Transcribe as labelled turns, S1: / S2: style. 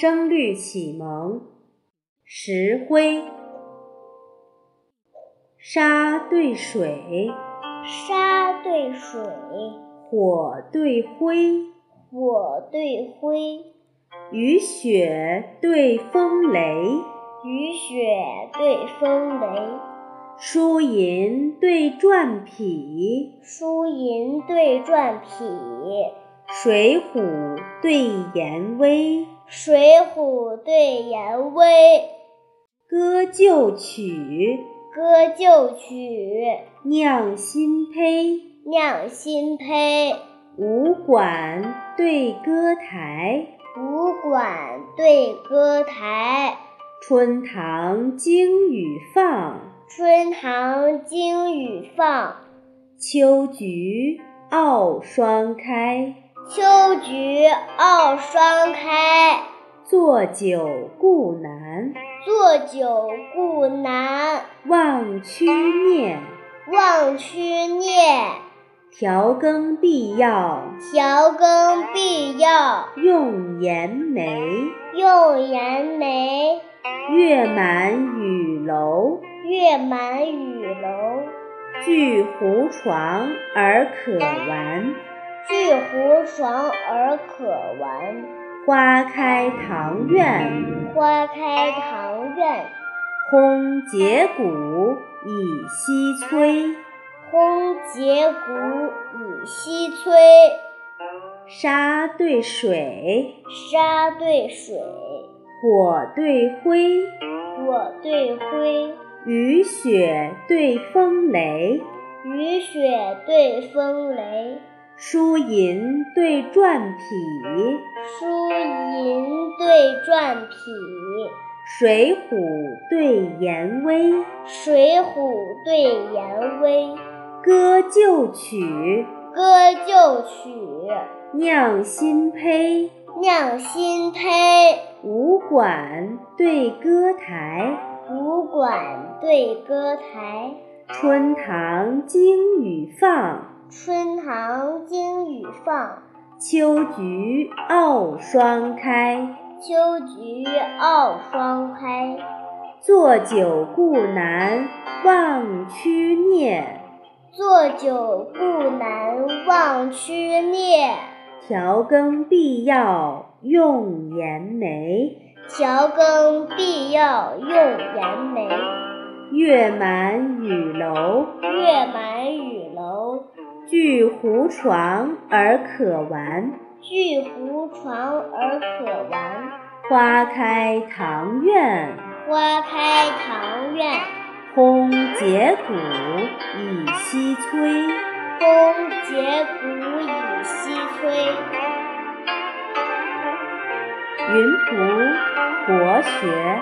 S1: 声律启蒙，石灰，沙对水，
S2: 沙对水，
S1: 火对灰，
S2: 火对灰，
S1: 雨雪对风雷，
S2: 雨雪对风雷，
S1: 书银对篆匹，
S2: 书银对篆匹，
S1: 水浒对严威，
S2: 水浒对严威，
S1: 歌旧曲，
S2: 歌旧曲，
S1: 酿新醅。
S2: 酿新醅，
S1: 武馆对歌台，
S2: 武馆对歌台，
S1: 春堂惊雨放，
S2: 春堂惊雨放，
S1: 秋菊傲霜开。
S2: 秋菊傲霜开。
S1: 坐酒故南，
S2: 坐酒故南，
S1: 望曲念。
S2: 望曲念。
S1: 调羹必要，
S2: 调羹必要，
S1: 用盐梅。
S2: 用盐梅。
S1: 月满雨楼，
S2: 月满雨楼，
S1: 聚胡床而可玩。
S2: 聚胡床而可玩。
S1: 花开堂院，
S2: 花开堂院，
S1: 烘节鼓以西吹。
S2: 烘节鼓以西吹。
S1: 沙对水，
S2: 沙对水，
S1: 火对灰，
S2: 火对灰，
S1: 雨雪对风雷，
S2: 雨雪对风雷，
S1: 书银对篆匹，
S2: 书银对篆匹，
S1: 水浒对严威，
S2: 水浒对严威，
S1: 歌旧曲，
S2: 歌旧曲，
S1: 酿新醅，
S2: 酿新醅，
S1: 武馆对歌台，
S2: 武馆对歌台，
S1: 春堂惊雨放，
S2: 春堂惊雨放，
S1: 秋菊傲霜开。
S2: 秋菊傲霜开。
S1: 坐酒故南望曲念，
S2: 坐酒故南望曲念，
S1: 调羹必要用盐梅。
S2: 调羹必要用盐梅。
S1: 月满雨楼，
S2: 月满雨楼，
S1: 聚胡床而可玩。
S2: 聚胡床而可玩。
S1: 花开堂院，
S2: 花开堂院，
S1: 烘节鼓以西吹。
S2: 风节鼓以西吹。
S1: 云仆国学。